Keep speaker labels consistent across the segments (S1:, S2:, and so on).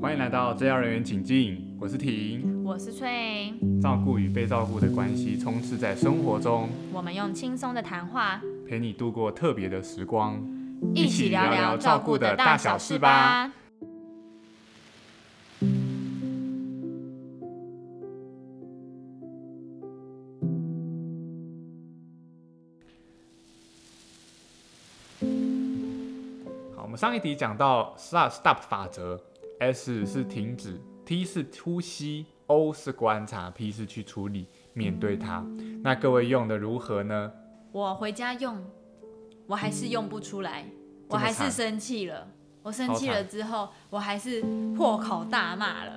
S1: 欢迎来到治疗人员请进，我是婷。
S2: 我是翠，
S1: 照顾与被照顾的关系充斥在生活中，
S2: 我们用轻松的谈话
S1: 陪你度过特别的时光。一
S2: 一
S1: 起
S2: 起
S1: 聊
S2: 聊
S1: 聊
S2: 聊
S1: 照
S2: 照
S1: 顾
S2: 顾
S1: 的
S2: 的
S1: 大
S2: 大
S1: 小
S2: 小
S1: 事
S2: 事
S1: 吧
S2: 吧。
S1: 好，我们上一题讲到 STOP STOP 法则，S 是停止，T 是呼吸，O 是观察，P 是去处理、面对它。那各位用的如何呢？
S2: 我回家用，我还是用不出来，
S1: 这么
S2: 我还
S1: 惨
S2: 是生气了。我生气
S1: 好
S2: 了
S1: 惨
S2: 之后，我还是破口大 骂了。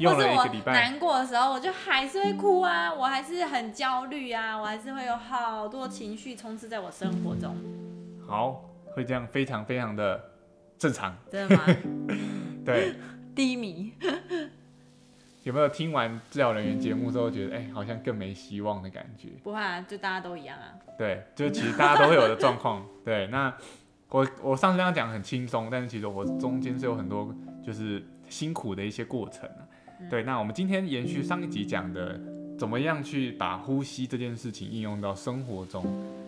S1: 用
S2: 或是
S1: 了一
S2: 我
S1: 个礼拜，
S2: 难过的时候，我就还是会哭啊，我还是很焦虑啊，我还是会有好多情绪充斥在我生活 中，
S1: 好，会这样非常非常的正常。
S2: 真的吗？
S1: 对，
S2: 低迷，
S1: 有没有听完治疗人员节目之后觉得，哎、好像更没希望的感觉？
S2: 不会啊，就大家都一样啊。
S1: 对，就其实大家都会有的状况。 对，那我我上次这样讲很轻松，但是其实我中间是有很多就是辛苦的一些过程啊、对，那我们今天延续上一集讲的，怎么样去把呼吸这件事情应用到生活中，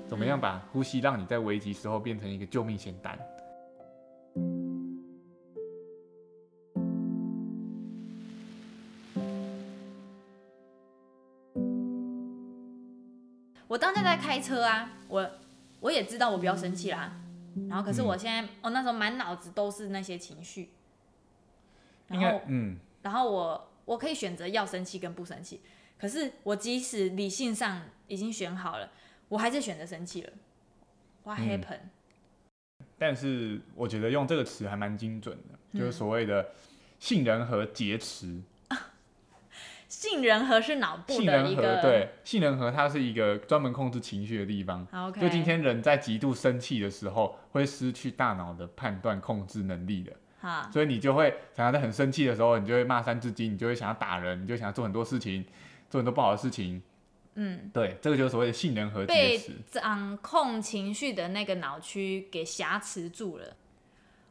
S1: 怎么样把呼吸让你在危急时候变成一个救命仙丹。
S2: 我当下在开车啊，我我也知道我不要生气啦，
S1: 嗯
S2: 然后可是我现在，我、那时候满脑子都是那些情绪，
S1: 应
S2: 然
S1: 该
S2: 后，
S1: 嗯，
S2: 然后我我可以选择要生气跟不生气，可是我即使理性上已经选好了，我还是选择生气了。What
S1: 嗯
S2: happened？、
S1: 但是我觉得用这个词还蛮精准的，就是
S2: 嗯
S1: 所谓的杏仁核劫持。
S2: 杏仁核是脑部
S1: 杏
S2: 的一
S1: 仁核
S2: 个，
S1: 对，杏仁核它是一个专门控制情绪的地方。
S2: 好，OK，
S1: 就今天人在极度生气的时候，会失去大脑的判断控制能力的，
S2: 好，
S1: 所以你就会想要在很生气的时候，你就会骂三字经，你就会想要打人，你就想要做很多事情，做很多不好的事情。
S2: 嗯，
S1: 对，这个就是所谓的杏仁核劫
S2: 被
S1: 持。
S2: 掌控情绪的那个脑区给挟持住了，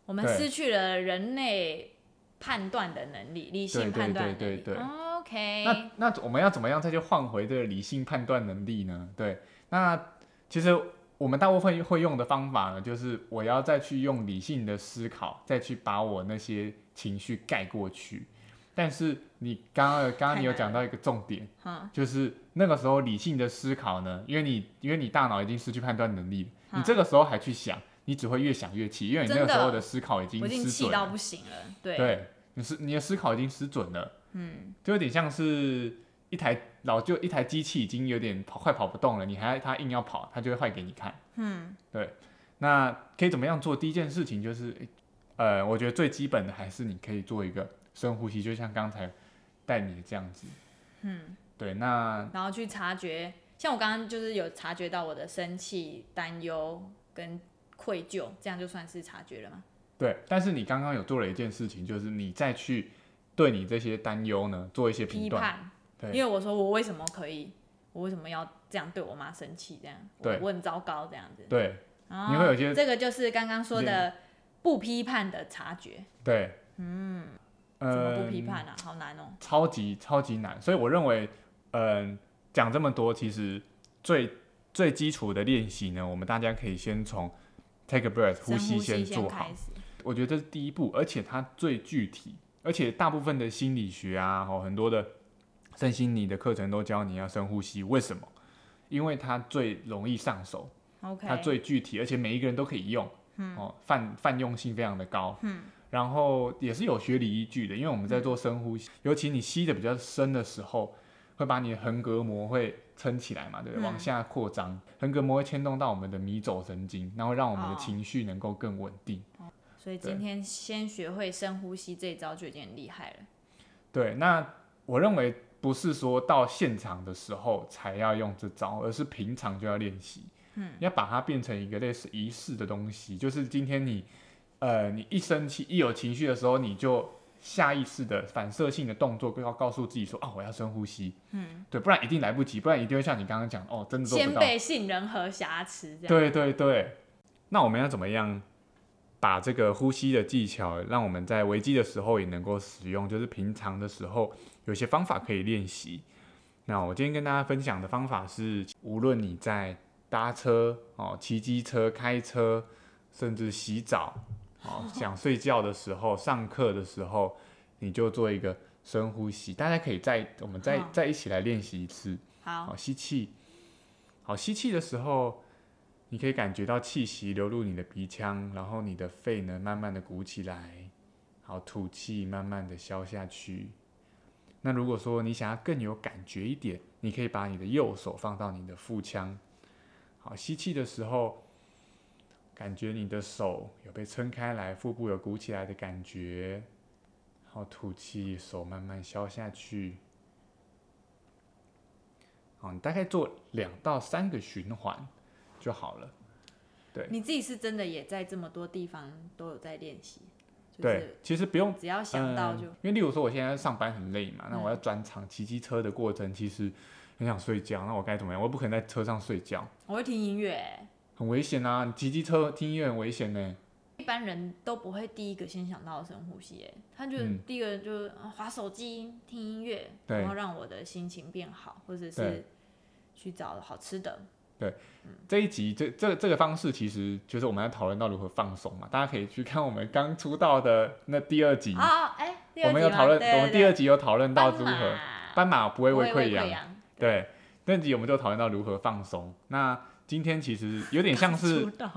S2: 我们
S1: 对
S2: 失去了人类判断的能力，理性
S1: 对对
S2: 判断的能
S1: 对
S2: 力。
S1: 对对
S2: OK，
S1: 那那我们要怎么样再去换回这个理性判断能力呢？对，那其实我们大部分会用的方法呢，就是我要再去用理性的思考，再去把我那些情绪盖过去。但是你刚刚刚刚你有
S2: 太
S1: 讲
S2: 难了
S1: 到一个重点，
S2: 嗯
S1: 就是那个时候理性的思考呢，因为你因为你大脑已经失去判断能力了，
S2: 嗯
S1: 你这个时候还去想，你只会越想越气，因为你那个
S2: 真
S1: 时
S2: 的
S1: 候的思考已
S2: 我
S1: 经
S2: 已经
S1: 失
S2: 气
S1: 准
S2: 到
S1: 了，
S2: 不行了。对，
S1: 对，你是你的思考已经失准了。
S2: 嗯，
S1: 就有点像是一台老旧一台机器已经有点跑快跑不动了，你还它硬要跑，它就会坏给你看。
S2: 嗯，
S1: 对，那可以怎么样做？第一件事情就是，诶呃，我觉得最基本的还是你可以做一个深呼吸，就像刚才带你的这样子。
S2: 嗯，
S1: 对，那
S2: 然后去察觉，像我刚刚就是有察觉到我的生气、担忧跟愧疚，这样就算是察觉了吗？
S1: 对，但是你刚刚有做了一件事情，就是你再去对你这些担忧呢做一些评
S2: 批
S1: 断。
S2: 判，因
S1: 对
S2: 为我说我为什么可以，我为什么要这样对我妈生气？这样，
S1: 对
S2: 我我很糟糕这样子。
S1: 对
S2: 哦
S1: 你会有一些
S2: 这个就是刚刚说的不批判的察觉，
S1: 对，嗯，
S2: 怎么不批判啊？好难哦。
S1: 超级超级难，所以我认为，嗯、讲这么多，其实最最基础的练习呢，我们大家可以先从 take a breath 呼
S2: 深
S1: 吸
S2: 呼
S1: 先
S2: 吸
S1: 做好
S2: 开，始，
S1: 我觉得这是第一步，而且它最具体，而且大部分的心理学啊，哦，很多的身心理的课程都教你要深呼吸，为什么？因为它最容易上手，
S2: OK，嗯
S1: 它最具体，而且每一个人都可以用，哦，泛泛用性非常的高，然后也是有学理依据的，因为我们
S2: 嗯
S1: 在做深呼吸，尤其你吸的比较深的时候，会把你的横膈膜会撑起来嘛，对不对？
S2: 嗯
S1: 往下扩张，横膈膜会牵动到我们的迷走神经，然后让我们的
S2: 哦
S1: 情绪能够更稳定。
S2: 所以
S1: 对
S2: 今天先学会深呼吸这一招就已经很厉害了。
S1: 对，那我认为不是说到现场的时候才要用这招，而是平常就要练习。嗯，要把它变成一个类似仪式的东西，就是今天你，呃，你一生气、一有情绪的时候，你就下意识的反射性的动作，要告诉自己说，啊，我要深呼吸。嗯，对，不然一定来不及，不然一定会像你刚刚讲，哦，真的做不
S2: 先
S1: 到。
S2: 被杏仁核挟持，这样
S1: 对对对，那我们要怎么样把这个呼吸的技巧，让我们在危机的时候也能够使用，就是平常的时候有些方法可以练习。那我今天跟大家分享的方法是，无论你在搭车哦、骑机车、开车，甚至洗澡 哦、想睡觉的时候、上课的时候，你就做一个深呼吸。大家可以再我们再
S2: 好
S1: 再一起来练习一次。
S2: 好，
S1: 好，吸气，好，吸气的时候，你可以感觉到气息流入你的鼻腔，然后你的肺呢慢慢的鼓起来，好，吐气慢慢的消下去。那如果说你想要更有感觉一点，你可以把你的右手放到你的腹腔，好，吸气的时候，感觉你的手有被撑开来，腹部有鼓起来的感觉。好，吐气，手慢慢消下去。好，你大概做两到三个循环就好了。对
S2: 你自己是真的也在这么多地方都有在练习，就
S1: 对
S2: 是，
S1: 其实不用
S2: 只要想到就
S1: 嗯，因为例如说我现在上班很累嘛，那
S2: 嗯
S1: 我要转场骑机车的过程，其实很想睡觉，那我该怎么样？我不可能在车上睡觉，
S2: 我会听音乐欸，
S1: 很危险啊！你骑机车听音乐很危险呢、
S2: 一般人都不会第一个先想到的深呼吸欸，他就
S1: 嗯
S2: 第一个就是啊划手机、听音乐，
S1: 对
S2: 然后让我的心情变好，或者是
S1: 对
S2: 去找好吃的。
S1: 这一集这这这个方式，其实就是我们要讨论到如何放松嘛。大家可以去看我们刚出道的那第二集，
S2: 啊，哎，第
S1: 嗯
S2: 二
S1: 我们
S2: 集
S1: 有
S2: 吗
S1: 讨论，
S2: 对
S1: 我们
S2: 对
S1: 第二集有讨论到如
S2: 斑
S1: 何
S2: 马
S1: 斑马不会
S2: 不
S1: 胃溃
S2: 溃
S1: 疡。
S2: 疡，
S1: 对，那集我们就讨论到如何放松。那今天其实有点像是
S2: 出道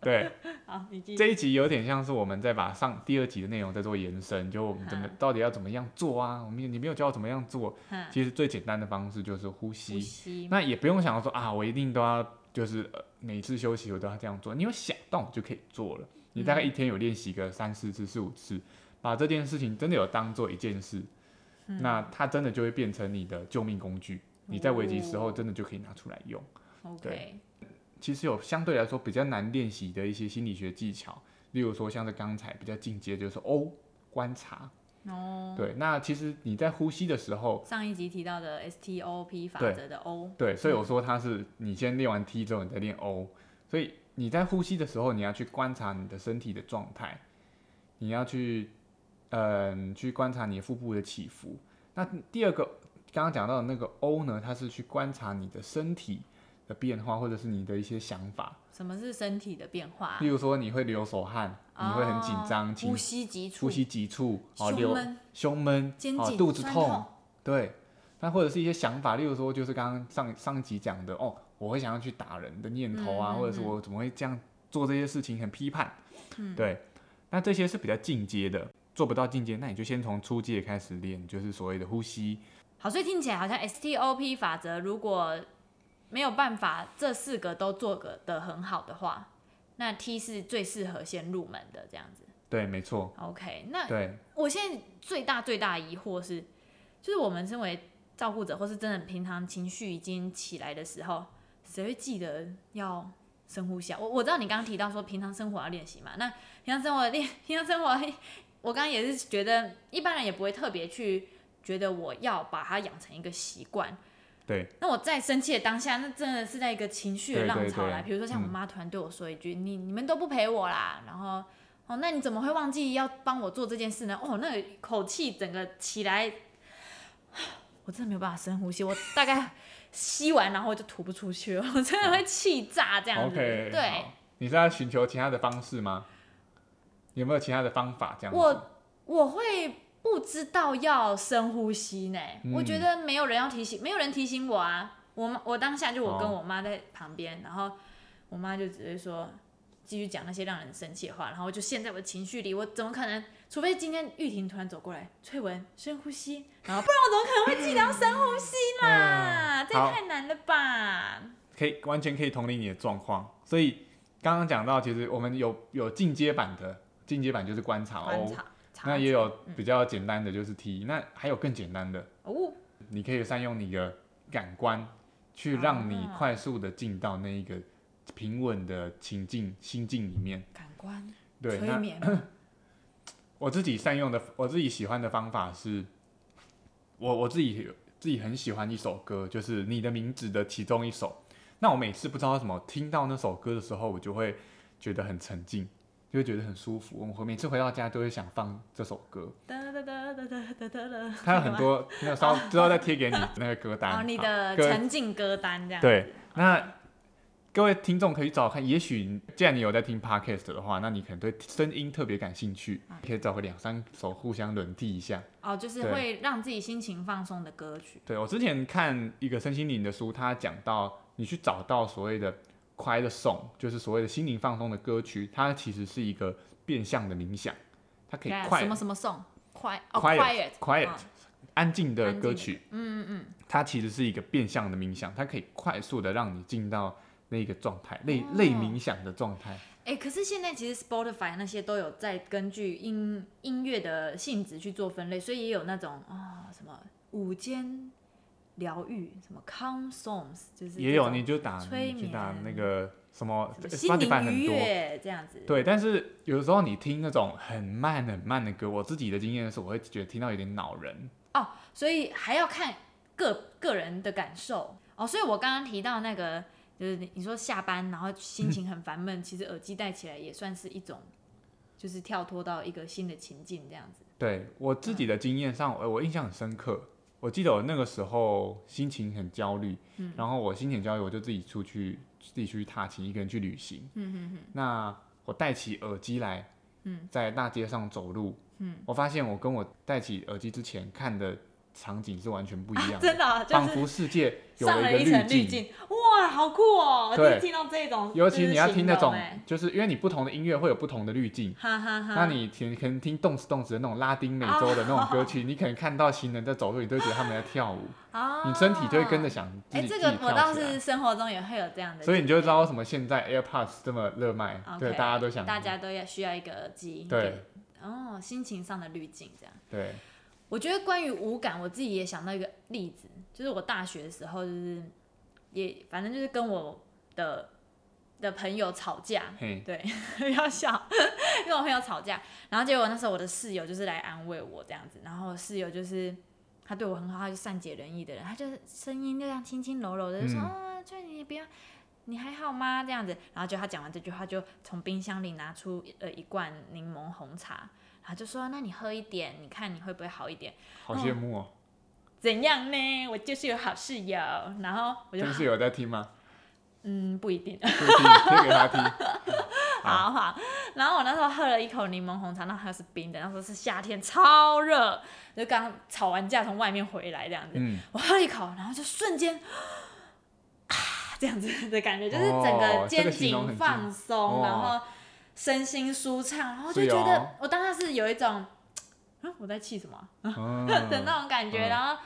S1: 对
S2: 好，你继续
S1: 这一集有点像是我们在把上第二集的内容在做延伸，就我们怎么
S2: 嗯
S1: 到底要怎么样做啊？我们你没有教我怎么样做，
S2: 嗯
S1: 其实最简单的方式就是呼
S2: 呼
S1: 吸。
S2: 吸，
S1: 那也不用想说啊，我一定都要就是、呃每次休息我都要这样做，你有想到就可以做了。你
S2: 嗯
S1: 大概一天有练习个三四次、四五次，把这件事情真的有当做一件事，
S2: 嗯
S1: 那它真的就会变成你的救命工具。你在危机时候真的就可以拿出来用。
S2: OK，
S1: 其实有相对来说比较难练习的一些心理学技巧，例如说像是刚才比较进阶，就是说哦观察。
S2: 哦，
S1: 对，那其实你在呼吸的时候，
S2: 上一集提到的 STOP 法
S1: 对
S2: 则的 O，
S1: 对，所以我说它是你先练完 T 之后，你再练 O，所以你在呼吸的时候，你要去观察你的身体的状态，你要去嗯去观察你的腹部的起伏。那第二个刚刚讲到的那个 O 呢，它是去观察你的身体的变化，或者是你的一些想法。
S2: 什么是身体的变化
S1: 例？如说你会流手汗，你会很紧张，
S2: 啊哦
S1: 情
S2: 呼吸急促，
S1: 呼吸急促，哦，
S2: 胸
S1: 流
S2: 闷、
S1: 胸闷
S2: 肩，
S1: 哦，
S2: 颈
S1: 肚子
S2: 酸
S1: 痛，对。那或者是一些想法，例如说就是刚刚上上一集讲的，哦，我会想要去打人的念头啊，
S2: 嗯嗯
S1: 或者是
S2: 嗯
S1: 我怎么会这样做这些事情，很批判，对。那这些是比较进阶的，做不到进阶，那你就先从初阶开始练，就是所谓的呼吸，
S2: 好，所以听起来好像 STOP 法则，如果没有办法这四个都做个的很好的话，那 T 是最适合先入门的这样子。
S1: 对，没错，
S2: OK，那
S1: 对，
S2: 我现在最大最大的疑惑是，就是我们身为照顾者，或是真的平常情绪已经起来的时候，谁会记得要深呼吸啊？我我知道你刚刚提到说平常生活要练习嘛，那平常生活练，平常生活， 我刚刚也是觉得一般人也不会特别去觉得我要把它养成一个习惯。
S1: 对，
S2: 那我在生气的当下，那真的是在一个情绪的
S1: 对
S2: 浪
S1: 对
S2: 潮
S1: 对
S2: 来，比如说像
S1: 嗯
S2: 我妈突然对我说一句：“你你们都不陪我啦。”然后哦，那你怎么会忘记要帮我做这件事呢？哦，那个口气整个起来， 我真的没有办法深呼吸，我大概吸完然后我就吐不出去了，我真的会气炸这样子。
S1: ，OK，
S2: 对
S1: 好，你是要寻求其他的方式吗？有没有其他的方法这样子？
S2: 我我会不知道要深呼吸呢，
S1: 嗯
S2: 我觉得没有人要提醒，没有人提醒我啊。我妈，我当下就我跟
S1: 哦
S2: 我妈在旁边，然后我妈就只是说继续讲那些让人生气的话，然后我就陷在我的情绪里，我怎么可能？除非今天玉婷突然走过来，翠文深呼吸，然后不然我怎么可能会记得要深呼吸啦？
S1: 嗯
S2: 这
S1: 好
S2: 也太难了吧？
S1: 可以完全可以同理你的状况。所以刚刚讲到，其实我们有有进阶版的，进阶版就是观察
S2: 观
S1: 哦，
S2: 察，察
S1: 那也有
S2: 嗯
S1: 比较简单的就是 T，、那还有更简单的，
S2: 哦，
S1: 你可以善用你的感官，去让你
S2: 啊
S1: 快速的进到那一个平稳的情境心境里面。
S2: 感官
S1: 对，
S2: 催
S1: 那
S2: 眠，
S1: 我自己善用的，我自己喜欢的方法是，我我自己自己很喜欢一首歌，就是《你的名字》的其中一首。那我每次不知道为什么听到那首歌的时候，我就会觉得很沉静，就会觉得很舒服。我们回每次回到家都会想放这首歌，
S2: 哒哒哒哒哒哒哒哒。
S1: 它有很 多那个稍之后再贴给你那个歌单。
S2: 哦哦，你
S1: 好
S2: 的
S1: 各位
S2: 沉浸歌单这样。
S1: 对，那各位听众可以找看，也许既然你有在听 podcast 的话，那你可能对声音特别感兴趣，可以找个两三首互相轮替一下。
S2: 哦，就是
S1: 对
S2: 会让自己心情放松的歌曲。
S1: 对我之前看一个身心灵的书，他讲到你去找到所谓的快乐 song，就是所谓的心灵放松的歌曲，它其实是一个变相的冥想，它可以
S2: 对啊
S1: 快
S2: 什么什么 song？快哦
S1: Quiet，
S2: quiet，
S1: quiet
S2: 嗯
S1: 安静的歌
S2: 安静
S1: 曲，
S2: 嗯嗯
S1: 它其实是一个变相的冥想，它可以快速的让你进到那个状态，类类
S2: 哦
S1: 冥想的状态。
S2: 嗯。哎，可是现在其实 Spotify 那些都有在根据音音乐的性质去做分类，所以也有那种啊、什么午间疗愈，什么 calm songs，就是
S1: 也
S2: 这
S1: 有，
S2: 种
S1: 你就打
S2: 催
S1: 你就打
S2: 眠
S1: 那个什么
S2: 什么
S1: s p o
S2: 心
S1: t
S2: 灵
S1: 很
S2: 愉
S1: 多。
S2: 悦这样子。
S1: 对，但是有时候你听那种很慢很慢的歌，我自己的经验是，我会觉得听到有点恼人。
S2: 哦，所以还要看个个人的感受哦。所以我刚刚提到那个，就是你你说下班然后心情很烦闷，其实耳机戴起来也算是一种，就是跳脱到一个新的情境这样子。
S1: 对我自己的
S2: 嗯
S1: 经验上，我我印象很深刻。我记得我那个时候心情很焦虑，
S2: 嗯
S1: 然后我心情焦虑，我就自己出去自己去踏青，一个人去旅行。
S2: 嗯嗯
S1: 那我戴起耳机来，
S2: 嗯，
S1: 在大街上走路，
S2: 嗯，
S1: 我发现我跟我戴起耳机之前看的场景是完全不一样的。
S2: 啊， 真的啊、就
S1: 仿
S2: 是
S1: 佛世界有
S2: 上
S1: 了
S2: 了
S1: 一
S2: 一
S1: 个
S2: 层滤
S1: 镜。
S2: 镜，哇，好酷哦！第一
S1: 对
S2: 次听到这种，
S1: 尤其
S2: 就是
S1: 你要
S2: 形
S1: 听那
S2: 容
S1: 种
S2: 哎，
S1: 就是因为你不同的音乐会有不同的滤镜。
S2: 哈哈哈。
S1: 那你听可能听动词动词的那种拉丁美洲的那种歌
S2: 哦
S1: 曲，你可能看到行人在走路，你都会觉得他们在跳舞，
S2: 啊，
S1: 你身体就会跟着。想自
S2: 哎、
S1: 己自
S2: 这
S1: 己
S2: 个我
S1: 跳
S2: 倒
S1: 起来
S2: 是。生活中也会有这样的经验，
S1: 所以你就知道为什么现在 AirPods 这么热卖
S2: OK，
S1: 对，大家都想，
S2: 大家都要需要一个耳机，
S1: 对
S2: 哦，心情上的滤镜这样。
S1: 对，
S2: 我觉得关于无感，我自己也想到一个例子，就是我大学的时候，就是也反正就是跟我的的朋友吵架，
S1: 嘿，
S2: 对，要笑，跟我朋友吵架，然后结果那时候我的室友就是来安慰我这样子，然后我室友就是他对我很好，他就善解人意的人，他就是声音就这样轻轻柔柔的，就说、
S1: 嗯
S2: 啊，就你不要，你还好吗？这样子，然后就他讲完这句话，就从冰箱里拿出呃一罐柠檬红茶，然后就说那你喝一点，你看你会不会好一点？
S1: 好羡慕哦！
S2: 怎样呢？我就是有好室友，然后我就
S1: 真是有在听吗？
S2: 嗯不一 定。
S1: 就听贴给他 听，
S2: 好好，然后我那时候喝了一口柠檬红茶，然后它是冰的，那时候是夏天，超热，就刚吵完架从外面回来这样子，
S1: 嗯，
S2: 我喝了一口，然后就瞬间啊这样子的感觉，就是
S1: 哦
S2: 整个
S1: 这个
S2: 肩
S1: 形容
S2: 颈
S1: 很
S2: 放松，
S1: 哦
S2: 然后身心舒畅，然后就是觉得、
S1: 哦
S2: 我当时是有一种，嗯，我在气什么 啊、的
S1: 嗯
S2: 那种感觉。
S1: 嗯
S2: 然后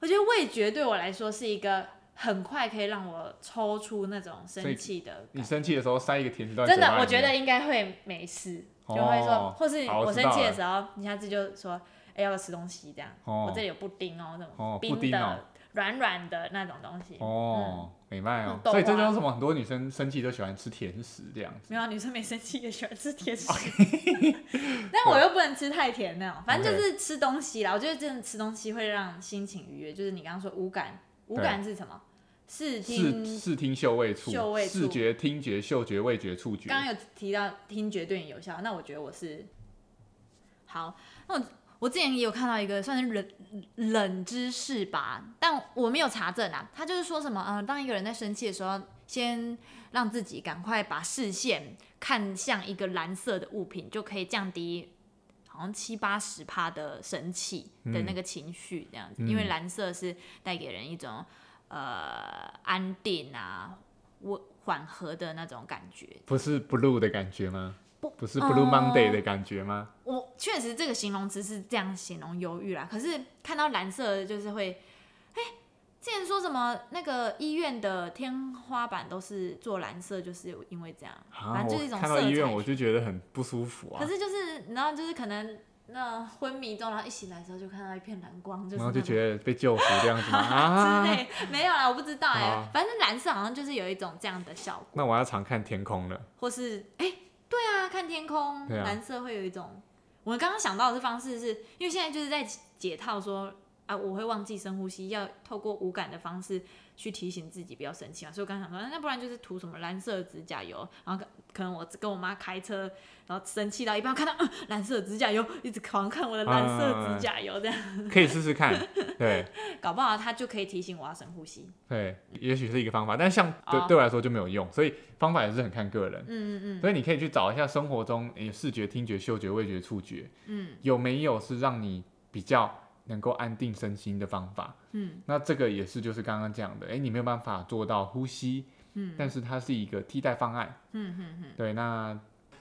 S2: 我觉得味觉对我来说是一个很快可以让我抽出那种
S1: 所以
S2: 生气的
S1: 你生气的时候塞一个甜到
S2: 真
S1: 嘴巴
S2: 的，我
S1: 里
S2: 觉
S1: 面
S2: 得应该会没事，就
S1: 哦
S2: 会说，或是
S1: 好我
S2: 我
S1: 知
S2: 生
S1: 道
S2: 气
S1: 了
S2: 的时候，你下次就说，哎、要不要吃东西这样？
S1: 哦
S2: 我这里有布丁哦，那
S1: 哦
S2: 种
S1: 布
S2: 冰
S1: 丁哦
S2: 的、软软、的那种东西。
S1: 哦，美漫哦
S2: 嗯，豆
S1: 所以这
S2: 花
S1: 就是为什么很多女生生气都喜欢吃甜食这样子。
S2: 没有，啊女生没生气也喜欢吃 甜食， 但我又不能吃太甜那种。反正就是吃东西啦，我觉得真的吃东西会让心情愉悦。就是你刚刚说无感，无感是什么？
S1: 视
S2: 视听。
S1: 视听嗅味触，
S2: 嗅味触
S1: 视觉、听觉、嗅觉、味觉、触觉。
S2: 刚刚有提到听觉对你有效，那我觉得我是好。那我我之前也有看到一个算是冷冷知识吧，但我没有查证啊。他就是说什么，呃，当一个人在生气的时候，先让自己赶快把视线看向一个蓝色的物品，就可以降低。好像七八十趴的生气的那个情绪这样子，
S1: 嗯
S2: 因为蓝色是带给人一种呃安定啊、我缓和的那种感觉。
S1: 不是 blue 的感觉吗？
S2: 不
S1: 不是 blue Monday
S2: 呃
S1: 的感觉吗？
S2: 我确实这个形容词是这样形容忧郁啦，可是看到蓝色的就是会，哎、之前说什么那个医院的天花板都是做蓝色，就是因为这样，
S1: 啊，
S2: 哦反正就是一
S1: 我
S2: 种
S1: 看到医院
S2: 色
S1: 我就觉得很不舒服
S2: 彩。可
S1: 啊，
S2: 是就是你知道，就是可能那昏迷中，然后一醒来的时候就看到一片蓝光，就是
S1: 然
S2: 那
S1: 后就
S2: 种
S1: 觉得被救赎这样子 吗？
S2: 之
S1: 啊，
S2: 类，没有啦，我不 知道哎、
S1: 啊
S2: 反正蓝色好像就是有一种这样的效果，
S1: 那我要常看天空了。
S2: 或是哎、对啊，看天空，
S1: 对啊
S2: 蓝色会有一种。我刚刚想到的方式是，因为现在就是在解套说啊，我会忘记深呼吸，要透过无感的方式去提醒自己不要生气嘛。所以我刚想说，那不然就是涂什么蓝色指甲油，然后可可能我跟我妈开车，然后生气到一半看到、嗯蓝色指甲油，一直狂看我的蓝色指甲油，这样、
S1: 可以试试 看，对
S2: 搞不好她就可以提醒我要深呼吸。
S1: 对，也许是一个方法，但像对、
S2: 哦
S1: 对我来说就没有用，所以方法也是很看个人。
S2: 嗯嗯
S1: 所以你可以去找一下生活中，诶，视觉、听觉、嗅觉、味觉、触觉，
S2: 嗯
S1: 有没有是让你比较能够安定身心的方法？
S2: 嗯
S1: 那这个也是就是刚刚讲的，诶，你没有办法做到呼吸，
S2: 嗯
S1: 但是它是一个替代方案。
S2: 嗯嗯嗯
S1: 对，那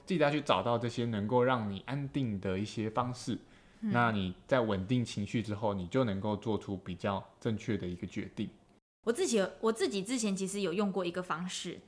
S1: 自己再去找到这些能够让你安定的一些方式，
S2: 嗯
S1: 那你在稳定情绪之后，你就能够做出比较正确的一个决定。
S2: 我自己有我自己之前其实有用过一个方式，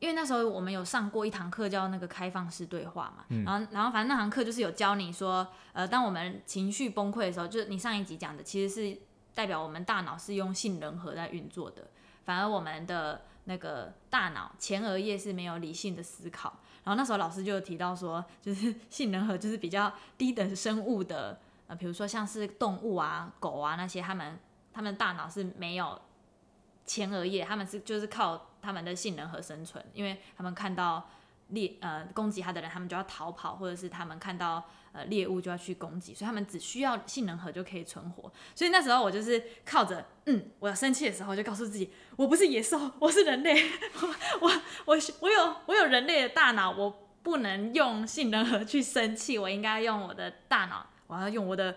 S2: 因为那时候我们有上过一堂课叫那个开放式对话嘛，
S1: 嗯
S2: 然后然后反正那堂课就是有教你说，呃，当我们情绪崩溃的时候，就是你上一集讲的，其实是代表我们大脑是用杏仁核在运作的，反而我们的那个大脑前额叶是没有理性的思考。然后那时候老师就有提到说，就是 杏仁核就是比较低等生物的，呃，比如说像是动物啊、狗啊那些，它们它们大脑是没有前额叶，他们是就是靠他们的性能和生存，因为他们看到猎呃攻击他的人，他们就要逃跑，或者是他们看到呃猎物就要去攻击，所以他们呃只需要性能核就可以存活。所以那时候我就是靠着，嗯，我要生气的时候我就告诉自己，我不是野兽，我是人类， 我我我我有我有人类的大脑，我不能用性能核去生气，我应该用我的大脑，我要用我的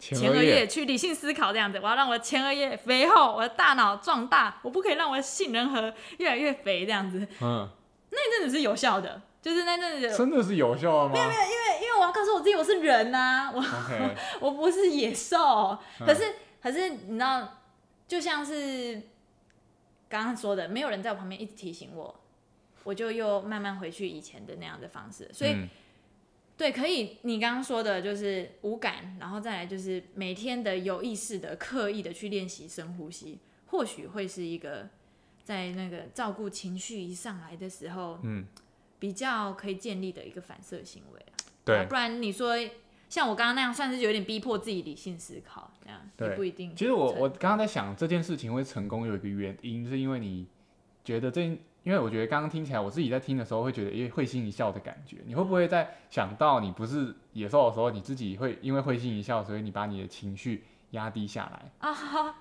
S1: 前
S2: 前额叶去理性思考这样子，我要让我的前额叶肥厚，我的大脑壮大，我不可以让我的杏仁核越来越肥这样子。
S1: 嗯，
S2: 那阵子是有效的，就是那阵子，
S1: 真的是有效的吗
S2: 因为我要告诉我自己我是人呐、我
S1: ？OK，
S2: 我不是野兽。
S1: 嗯
S2: 可是可是你知道，就像是刚刚说的，没有人在我旁边一直提醒我，我就又慢慢回去以前的那样的方式，所以
S1: 嗯
S2: 对，可以。你刚刚说的就是无感，然后再来就是每天的有意识的、刻意的去练习深呼吸，或许会是一个在那个照顾情绪一上来的时候，
S1: 嗯，
S2: 比较可以建立的一个反射行为啊。
S1: 对，
S2: 不然你说像我刚刚那样，算是有点逼迫自己理性思考，这样也
S1: 对
S2: 不一定成。
S1: 其实我我刚刚在想这件事情会成功有一个原因，是因为你觉得这，因为我觉得刚刚听起来我自己在听的时候会觉得，诶，会心一笑的感觉。你会不会在想到你不是野兽的时候，你自己会因为会心一笑，所以你把你的情绪压低下来？
S2: 啊，哈哈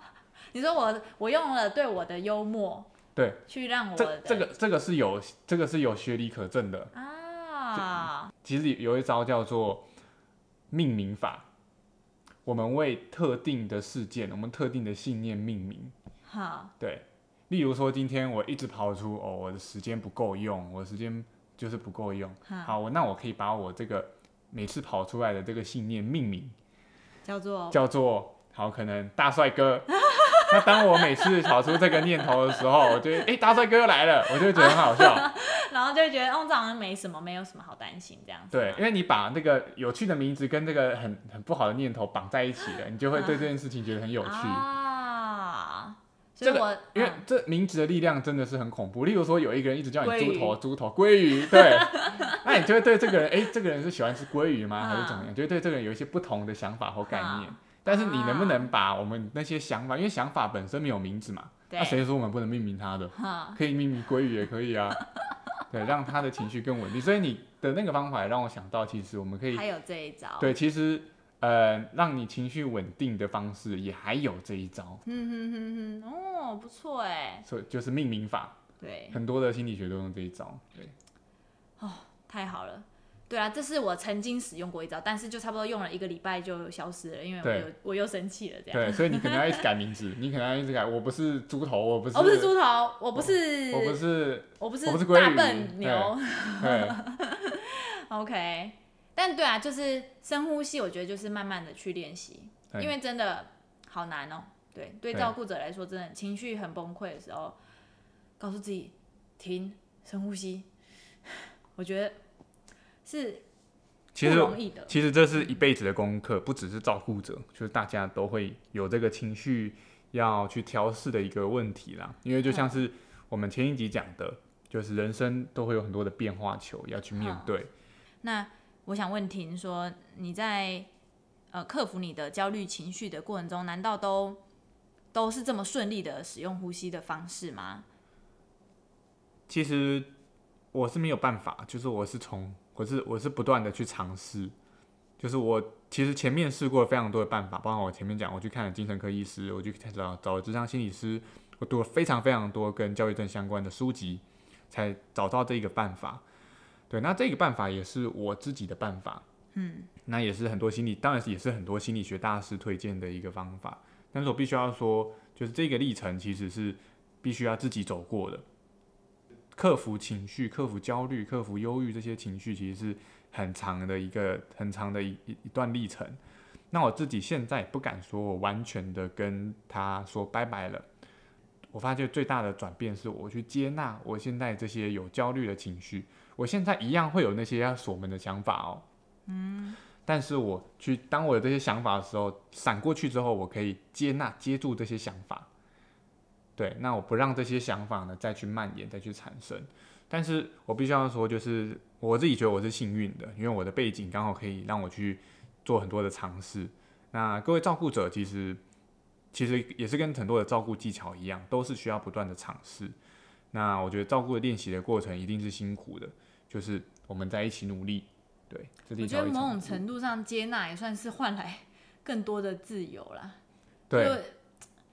S2: 你说我我用了对我的幽默
S1: 对，
S2: 去让我
S1: 这
S2: 的
S1: 这个这个是有这个是有学理可证的。
S2: 啊，
S1: 其实有一招叫做命名法，我们为特定的事件，我们特定的信念命名。
S2: 好，
S1: 对，例如说今天我一直跑出哦，我的时间不够用，我的时间就是不够用。
S2: 哈
S1: 好，我那我可以把我这个每次跑出来的这个信念命名，
S2: 叫做
S1: 叫做好，可能大帅哥。 那当我每次跑出这个念头的时候，我就哎、诶大帅哥又来了，我就会觉得很好笑。
S2: 然后就会觉得哦，这好像没什么，没有什么好担心这样子。
S1: 对，因，为你把那个有趣的名字跟这个很很不好的念头绑在一起了，你就会对这件事情觉得很有趣。
S2: 啊。所以我、
S1: 因为
S2: 嗯
S1: 这名字的力量真的是很恐怖。例如说，有一个人一直叫你
S2: 鲑
S1: 猪
S2: 鱼
S1: 头、猪头、鲑鱼，对，那你就会对这个人，哎、这个人是喜欢吃鲑鱼吗，还是怎
S2: 嗯
S1: 么样？就会对这个人有一些不同的想法或概念
S2: 啊。
S1: 但是你能不能把我们那些想法，因为想法本身没有名字嘛，那
S2: 对，
S1: 谁说我们不能命名它的？
S2: 哈
S1: 可以命名鲑鱼也可以啊，对，让他的情绪更稳定。所以你的那个方法也让我想到，其实我们可以
S2: 还有这一招。
S1: 对，其实呃，让你情绪稳定的方式也还有这一招，
S2: 嗯哼哼哼，哦，不错哎，
S1: 所以就是命名法。
S2: 对，
S1: 很多的心理学都用这一招。对，
S2: 太好了。对啊，这是我曾经使用过一招，但是就差不多用了一个礼拜就消失了，因为我
S1: 对
S2: 又我又生气了这样。
S1: 对，所以你可能要一直改名字， 你可能要一直改。我不是猪头，我不是，
S2: 我哦不是，猪头，我不是，
S1: 我不 是，
S2: 我不是
S1: 我不是鲑
S2: 大
S1: 鱼
S2: 笨牛，
S1: 对
S2: OK，但对啊，就是深呼吸，我觉得就是慢慢的去练习，
S1: 对
S2: 因为真的好难哦。对，对，
S1: 对
S2: 照顾者来说，真的情绪很崩溃的时候，告诉自己停，深呼吸，我觉得是
S1: 其
S2: 不
S1: 实
S2: 容易的。
S1: 其实这是一辈子的功课，不只是照顾者，就是大家都会有这个情绪要去调试的一个问题啦。因为就
S2: 嗯
S1: 像是我们前一集讲的，就是人生都会有很多的变
S2: 嗯
S1: 化球要去面对。
S2: 那我想问婷说，你在呃克服你的焦虑情绪的过程中，难道都都是这么顺利的使用呼吸的方式吗？
S1: 其实我是没有办法，就是我是从我是我是不断的去尝试，就是我其实前面试过非常多的办法，包括我前面讲我去看了精神科医师，我去找找了智商心理师，我读了非常非常多跟焦虑症相关的书籍，才找到这一个办法。对，那这个办法也是我自己的办法，嗯，那也是很多心理，当然也是很多心理学大师推荐的一个方法。但是我必须要说，就是这个历程其实是必须要自己走过的，克服情绪、克服焦虑、克服忧郁这些情绪，其实是很长的一个很长的一一一段历程。那我自己现在不敢说我完全的跟他说拜拜了。我发现最大的转变是我去接纳我现在这些有焦虑的情绪，我现在一样会有那些要锁门的想法哦。嗯，但是我去当我有这些想法的时候，闪过去之后，我可以接纳、接住这些想法。对，那我不让这些想法呢再去蔓延、再去产生。但是我必须要说，就是我自己觉得我是幸运的，因为我的背景刚好可以让我去做很多的尝试。那各位照顾者其实其实也是跟很多的照顾技巧一样，都是需要不断的尝试。那我觉得照顾的练习的过程一定是辛苦的，就是我们在一起努力。对，这是
S2: 我
S1: 一
S2: 觉得
S1: 条一条
S2: 某种
S1: 路
S2: 程度上接纳也算是换来 更多的自由啦。
S1: 对
S2: 就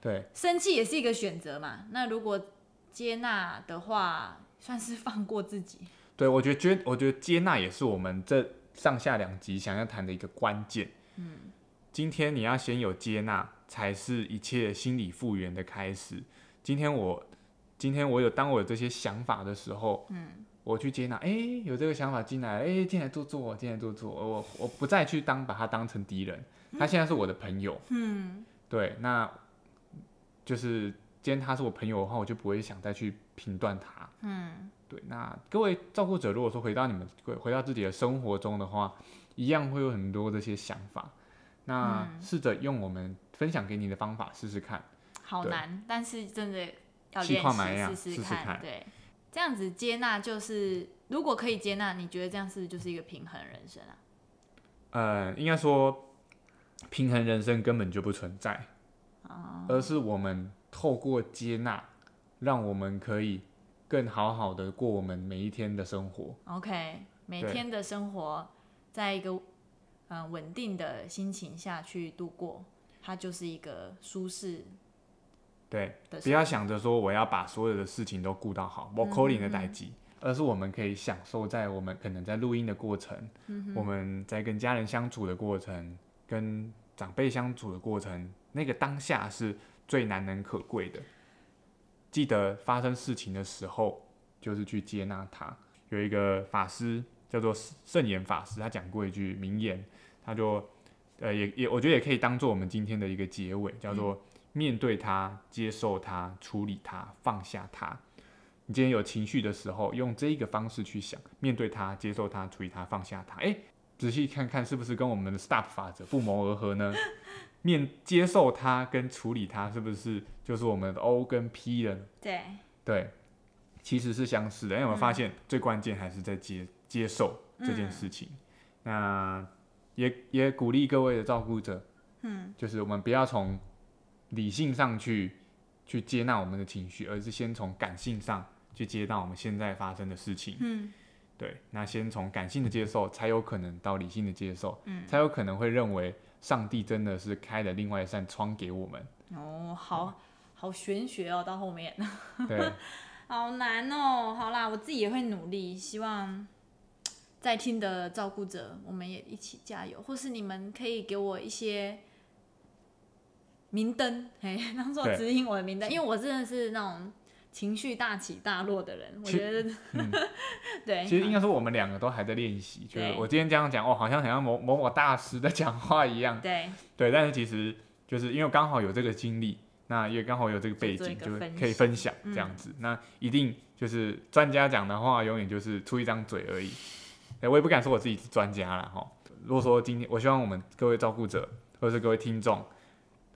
S1: 对
S2: 生气也是一个选择嘛。那如果接纳的话，算是放过自己。
S1: 对，我觉得觉我觉得接纳也是我们这上下两集想要谈的一个关键。嗯今天你要先有接纳，才是一切心理复原的开始。今天我，今天我有当我有这些想法的时候，嗯，我去接纳，哎、有这个想法进来，哎、进来坐坐，进来坐坐，我我不再去当把他当成敌人，他现在是我的朋友，嗯，对，那就是今天他是我朋友的话，我就不会想再去评断他，嗯，对。那各位照顾者，如果说回到你们回回到自己的生活中的话，一样会有很多这些想法。那试着用我们分享给你的方法试试看。
S2: 好
S1: 对
S2: 难，但是真的要
S1: 细
S2: 练
S1: 化买呀
S2: 习试
S1: 试试
S2: 看。
S1: 看
S2: 对，这样子接纳就是，如果可以接纳，你觉得这样是不是就是一个平衡人生啊？
S1: 呃，应该说，平衡人生根本就不存在，而是我们透过接纳，让我们可以更好好的过我们每一天的生活。
S2: OK，每
S1: 对
S2: 天的生活在一个嗯稳定的心情下去度过，它就是一个舒适
S1: 对，
S2: 的
S1: 不
S2: 生活。
S1: 要想着说我要把所有的事情都顾到好，我扣零的代际。而是我们可以享受在我们可能在录音的过程，我们在跟家人相处的过程，跟长辈相处的过程，那个当下是最难能可贵的。记得发生事情的时候，就是去接纳它。有一个法师叫做圣严法师，他讲过一句名言，他就呃也也我觉得也可以当做我们今天的一个结尾，叫做面对它、接受它、处理它、放下它。你今天有情绪的时候，用这一个方式去想，面对它、接受它、处理它、放下它。诶，仔细看看是不是跟我们的 STOP 法则不谋而合呢？ 面接受它跟处理它，是不是就是我们的 O 跟 P 了呢
S2: 对，
S1: 对，其实是相似的，因为我们发现最关键还是在接接受这件事情。那也也鼓励各位的照顾者，嗯，就是我们不要从理性上去去接纳我们的情绪，而是先从感性上去接纳我们现在发生的事情。
S2: 嗯，
S1: 对，那先从感性的接受，才有可能到理性的接受，嗯，才有可能会认为上帝真的是开了另外一扇窗给我们。嗯
S2: 哦，好好玄学哦，到后面。
S1: 对，
S2: 好难哦，好啦，我自己也会努力，希望在听的照顾者，我们也一起加油，或是你们可以给我一些明灯，哎，当做
S1: 对
S2: 指引我的明灯，因为我真的是那种情绪大起大落的人，我
S1: 其
S2: 觉得， 对，
S1: 嗯其实应该说我们两个都还在练习，就是我今天这样讲，哦，好像好像某某某大师在讲话一样，
S2: 嗯对，
S1: 对。但是其实就是因为刚好有这个经历，那也刚好有这个背
S2: 就做一
S1: 景，
S2: 个
S1: 就是
S2: 分嗯
S1: 可以
S2: 析
S1: 分享这样子。那一定就是专家讲的话，永远就是出一张嘴而已。对，我也不敢说我自己是专家了哈。如果说今天，我希望我们各位照顾者或者是各位听众，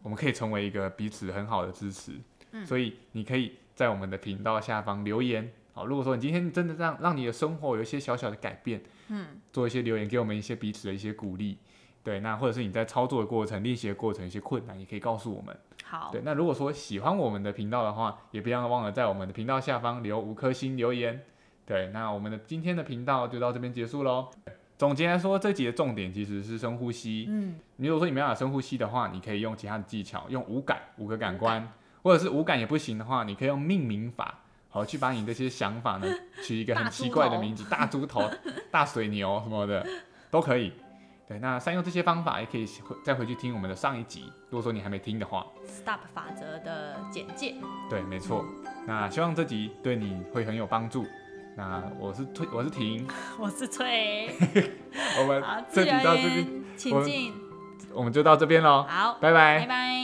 S1: 我们可以成为一个彼此很好的支持。
S2: 嗯
S1: 所以你可以在我们的频道下方留言。好，如果说你今天真的让让你的生活有一些小小的改变，嗯，做一些留言，给我们一些彼此的一些鼓励。对，那或者是你在操作的过程、练习的过程有一些困难，也可以告诉我们。
S2: 好，
S1: 对，那如果说喜欢我们的频道的话，也不要忘了在我们的频道下方留五颗星留言。对，那我们的今天的频道就到这边结束喽。总结来说，这集的重点其实是深呼吸。
S2: 嗯，
S1: 你如果说你没办法深呼吸的话，你可以用其他的技巧，用五感五个感官，或者是五感也不行的话，你可以用命名法，好去把你这些想法呢取一个很
S2: 大
S1: 奇
S2: 猪
S1: 怪的
S2: 头
S1: 名字，大猪 头、大水牛什么的都可以。对，那善用这些方法，也可以回再回去听我们的上一集。如果说你还没听的话，
S2: Stop 法则的简介，
S1: 对，没错。那希望这集对你会很有帮助。那我是推，我是婷，
S2: 我是 翠。
S1: 我们
S2: 好，
S1: 这
S2: 自
S1: 集
S2: 由
S1: 到这边，
S2: 言，
S1: 我
S2: 请
S1: 们
S2: 进。
S1: 我们就到这边喽，
S2: 好，
S1: 拜拜
S2: 拜拜。